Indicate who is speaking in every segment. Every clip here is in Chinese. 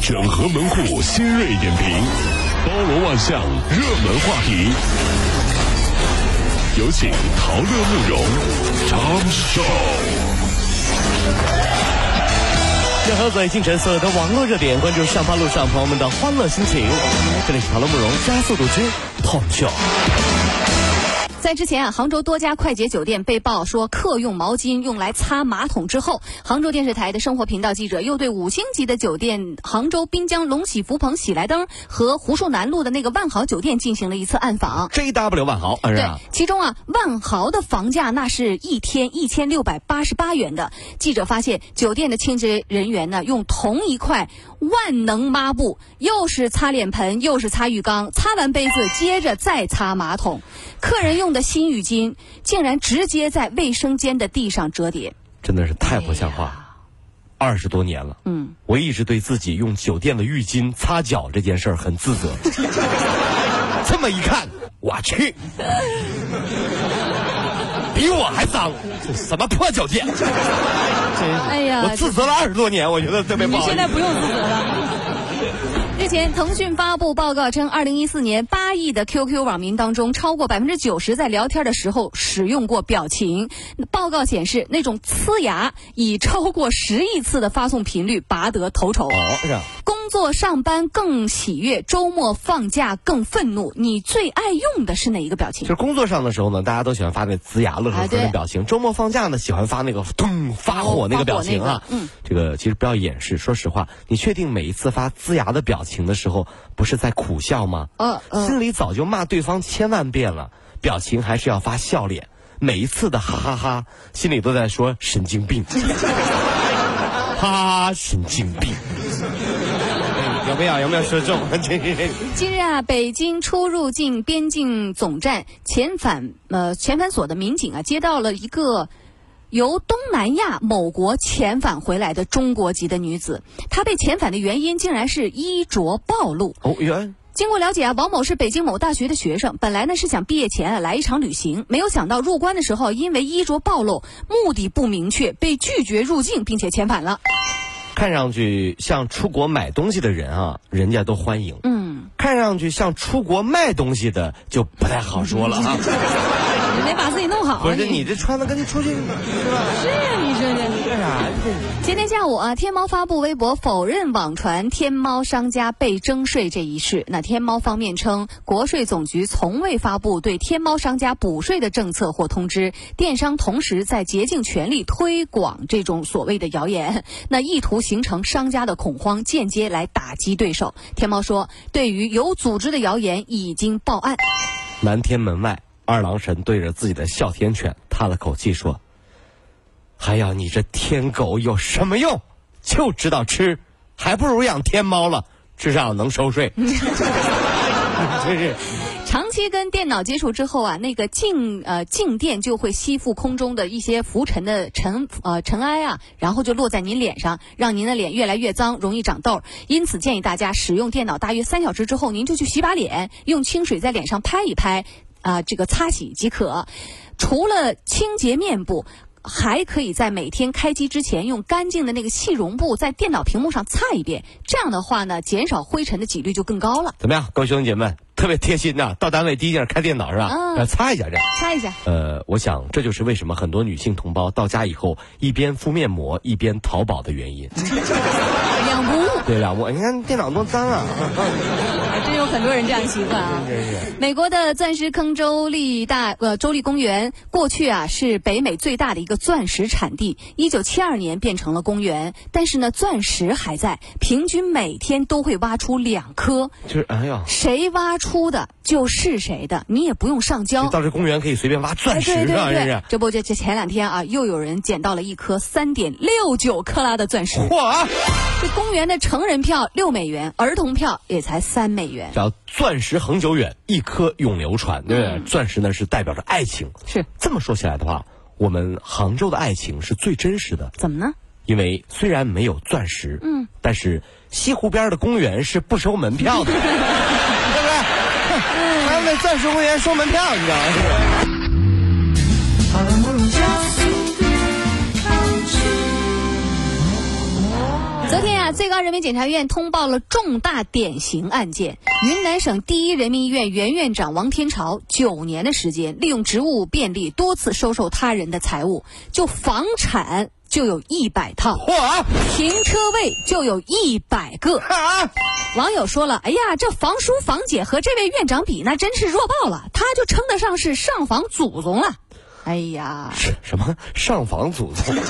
Speaker 1: 整合门户新锐点评，包罗万象，热门话题。有请陶乐慕容长寿。
Speaker 2: 让喝嘴进城所有的网络热点，关注上班路上朋友们的欢乐心情。这里是唐乐慕容加速度之 talk show。
Speaker 3: 在之前啊，杭州多家快捷酒店被曝说客用毛巾用来擦马桶之后，杭州电视台的生活频道记者又对五星级的酒店杭州滨江龙喜福鹏喜来登和湖墅南路的那个万豪酒店进行了一次暗访。
Speaker 2: JW 万豪，是
Speaker 3: 对
Speaker 2: 啊，，
Speaker 3: 其中啊，万豪的房价那是一天一千六百八十八元的。记者发现，酒店的清洁人员呢，用同一块万能抹布，又是擦脸盆，又是擦浴缸，擦完杯子，接着再擦马桶。客人用的新浴巾，竟然直接在卫生间的地上折叠。
Speaker 2: 真的是太不像话了。二十多年了，
Speaker 3: 嗯，
Speaker 2: 我一直对自己用酒店的浴巾擦脚这件事儿很自责。 这么一看，我去， 比我还脏，这什么破酒店！
Speaker 3: 哎呀，
Speaker 2: 我自责了二十多年，我觉得特别不好意思。
Speaker 4: 不用自责了。
Speaker 3: 日前，腾讯发布报告称，二零一四年八亿的 QQ 网民当中，超过百分之九十在聊天的时候使用过表情。报告显示，那种呲牙以超过十亿次的发送频率拔得头筹。
Speaker 2: 哦，是啊
Speaker 3: 工作上班更喜悦，周末放假更愤怒。你最爱用的是哪一个表
Speaker 2: 就
Speaker 3: 情
Speaker 2: 是？工作上的时候呢，大家都喜欢发那呲牙乐呵
Speaker 3: 啊
Speaker 2: 呵
Speaker 3: 对
Speaker 2: 的表情；周末放假呢，喜欢发那个 咚发火那个表情啊
Speaker 3: 发火。那个嗯
Speaker 2: 这个其实不要掩饰。说实话，你确定每一次发呲牙的表情的时候，不是在苦笑吗？
Speaker 3: 呃呃，
Speaker 2: 心里早就骂对方千万遍了，表情还是要发笑脸。每一次的哈哈哈，心里都在说神经 病，哈，神经 病。哎有没有有没有说中？
Speaker 3: 近日啊，北京出入境边境总站遣返呃遣返所的民警啊，接到了一个由东南亚某国遣返回来的中国籍的女子，她被遣返的原因竟然是衣着暴露。
Speaker 2: 哦，原
Speaker 3: 经过了解啊，王某是北京某大学的学生，本来呢是想毕业前啊来一场旅行，没有想到入关的时候因为衣着暴露，目的不明确，被拒绝入境并且遣返了。
Speaker 2: 看上去像出国买东西的人啊，人家都欢迎；
Speaker 3: 嗯，
Speaker 2: 看上去像出国卖东西的就不太好说了啊。
Speaker 3: 嗯
Speaker 4: 你没把自己弄好啊，
Speaker 2: 不是你这穿的跟你出去是吧？
Speaker 4: 是啊，你说这
Speaker 2: 干啥？
Speaker 3: 今天下午啊，天猫发布微博否认网传天猫商家被征税这一事。那天猫方面称，国税总局从未发布对天猫商家补税的政策或通知，电商同时在竭尽全力推广这种所谓的谣言，那意图形成商家的恐慌，间接来打击对手。天猫说，对于有组织的谣言已经报案。
Speaker 2: 南天门外，二郎神对着自己的哮天犬叹了口气说：“还要你这天狗有什么用？就知道吃，还不如养天猫了，至少能收 税。”真是
Speaker 3: 长期跟电脑接触之后啊，那个静呃静电就会吸附空中的一些浮尘的尘呃尘埃啊，然后就落在您脸上，让您的脸越来越脏，容易长痘。因此建议大家使用电脑大约三小时之后，您就去洗把脸，用清水在脸上拍一拍啊、这个擦洗即可。除了清洁面部。还可以在每天开机之前用干净的那个细绒布在电脑屏幕上擦一遍，这样的话呢，减少灰尘的几率就更高了。
Speaker 2: 怎么样，各位兄弟姐妹们，特别贴心呐、啊到单位第一件开电脑是吧？
Speaker 3: 嗯
Speaker 2: 要擦一下这。
Speaker 3: 擦一下。
Speaker 2: 呃，我想这就是为什么很多女性同胞到家以后一边敷面膜一边淘宝的原因。
Speaker 3: 两不误。
Speaker 2: 对了，我你看电脑多脏啊！
Speaker 4: 还真有很多人这样习惯啊。
Speaker 2: 哎
Speaker 3: 美国的钻石坑州立大呃州立公园，过去啊是北美最大的一个钻石产地。一九七二年变成了公园，但是呢，钻石还在，平均每天都会挖出两颗，
Speaker 2: 就是哎呀，
Speaker 3: 谁挖出的就是谁的，你也不用上
Speaker 2: 就
Speaker 3: 交。
Speaker 2: 到这公园可以随便挖
Speaker 3: 哎，
Speaker 2: 钻石
Speaker 3: 对对
Speaker 2: 啊，真是
Speaker 3: 对。，这不这这前两天啊，又有人捡到了一颗三点六九克拉的钻石。
Speaker 2: 嚯啊！
Speaker 3: 这公园的成人票六美元，儿童票也才三美元。
Speaker 2: 叫钻石恒久远，一颗永流传，对不对？钻石呢是代表着爱情。
Speaker 3: 是
Speaker 2: 这么说起来的话，我们杭州的爱情是最真实的，
Speaker 3: 怎么呢？
Speaker 2: 因为虽然没有钻石，嗯，但是西湖边的公园是不收门 票的，对不对？他们那钻石公园收门票，你知道吗？
Speaker 3: 昨天啊，最高人民检察院通报了重大典型案件：云南省第一人民医院原院长王天朝九年的时间，利用职务便利多次收受他人的财物，就房产就有一百 套，
Speaker 2: 嚯
Speaker 3: 停车位就有一百个。
Speaker 2: 啊！
Speaker 3: 网友说了：“哎呀，这房叔房姐和这位院长比，那真是弱爆了，他就称得上是上房祖宗了。”哎呀，
Speaker 2: 是什么上访祖宗？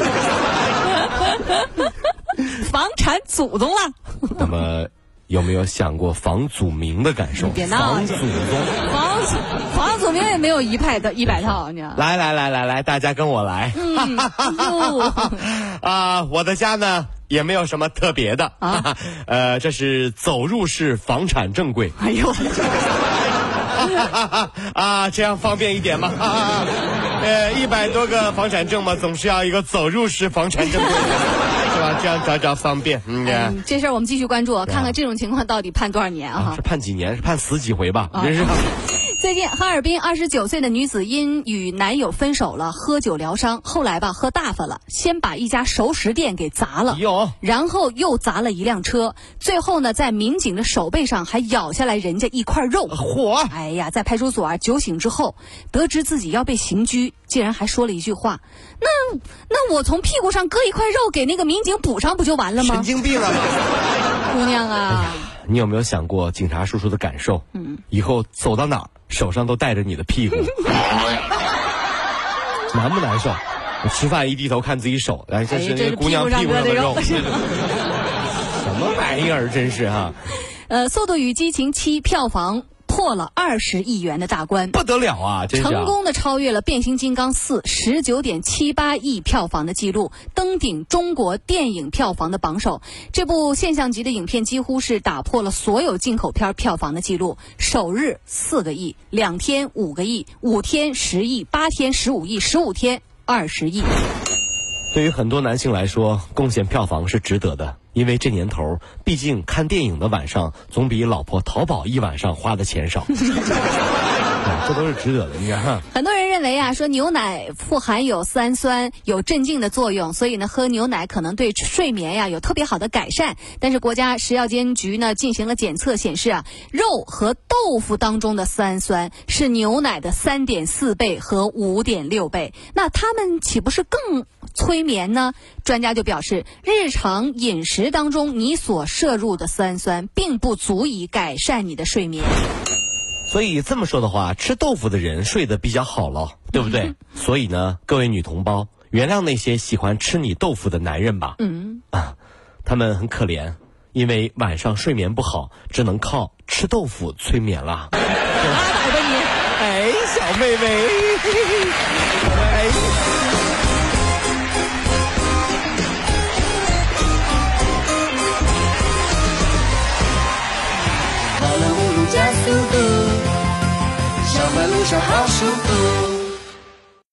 Speaker 3: 房产祖宗了，
Speaker 2: 那么有没有想过房祖名的感受？
Speaker 3: 别闹
Speaker 2: 房祖宗，
Speaker 3: 房祖
Speaker 4: 房祖名也没有一派的一百套，你知道 吗？
Speaker 2: 来来来来来，大家跟我来。
Speaker 3: 嗯哟
Speaker 2: 啊，我的家呢也没有什么特别的
Speaker 3: 啊，
Speaker 2: 呃，这是走入式房产正规
Speaker 3: 哎呦，
Speaker 2: 啊，这样方便一点嘛。啊啊 呃，一百多个房产证嘛，总是要一个走入式房产正规的，是吧？这样找找方便。嗯，
Speaker 3: 嗯这事儿我们继续关
Speaker 2: 啊
Speaker 3: 注，看看这种情况到底判多少年啊？
Speaker 2: 是判几年？是判死几回吧？真是。
Speaker 3: 最近，哈尔滨二十九岁的女子因与男友分手了，喝酒疗伤，后来吧喝大发了，先把一家熟食店给砸了，
Speaker 2: 哟
Speaker 3: 然后又砸了一辆车，最后呢在民警的手背上还咬下来人家一块肉。
Speaker 2: 火
Speaker 3: 哎呀，在派出所啊酒醒之后，得知自己要被刑拘，竟然还说了一句话：“那那我从屁股上割一块肉给那个民警补上不就完了
Speaker 2: 神
Speaker 3: 吗？”
Speaker 2: 经哎病啊！
Speaker 3: 姑娘啊，
Speaker 2: 你有没有想过警察叔叔的感受？嗯，以后走到哪儿手上都带着你的屁股，难不难受？我吃饭一低头看自己手，哎，这
Speaker 4: 哎这
Speaker 2: 是那
Speaker 4: 是
Speaker 2: 个姑娘
Speaker 4: 屁
Speaker 2: 屁
Speaker 4: 股
Speaker 2: 股
Speaker 4: 上
Speaker 2: 上
Speaker 4: 割
Speaker 2: 的
Speaker 4: 的
Speaker 2: 肉
Speaker 4: 肉，
Speaker 2: 什么玩意儿？真是啊，
Speaker 3: 呃，《速度与激情七》票房破了二十亿元的大关。
Speaker 2: 不得了啊！真是啊
Speaker 3: 成功的超越了《变形金刚四》十九点七八亿票房的记录，登顶中国电影票房的榜首。这部现象级的影片几乎是打破了所有进口片票房的记录，首日四个亿，两天五个亿，五天十亿，八天十五亿，十五天二十亿。
Speaker 2: 对于很多男性来说，贡献票房是值得的，因为这年头儿，毕竟看电影的晚上总比老婆淘宝一晚上花的钱 少，啊这都是值得的。你看，
Speaker 3: 很多人认为啊，说牛奶富含有色氨酸，有镇静的作用，所以呢，喝牛奶可能对睡眠呀、有特别好的改善。但是国家食药监局呢进行了检测，显示啊，肉和豆腐当中的色氨酸是牛奶的三点四倍和五点六倍，那它们岂不是更催眠呢？专家就表示，日常饮食当中你所摄入的色氨酸并不足以改善你的睡眠。
Speaker 2: 所以这么说的话，吃豆腐的人睡得比较好了，对不 对？所以呢，各位女同胞，原谅那些喜欢吃你豆腐的男人吧。嗯啊，他们很可怜，因为晚上睡眠不好，只能靠吃豆腐催眠了。 拉倒吧啊你！哎，小妹妹。哎，
Speaker 5: 跑了五路加速度，上班路上好舒服。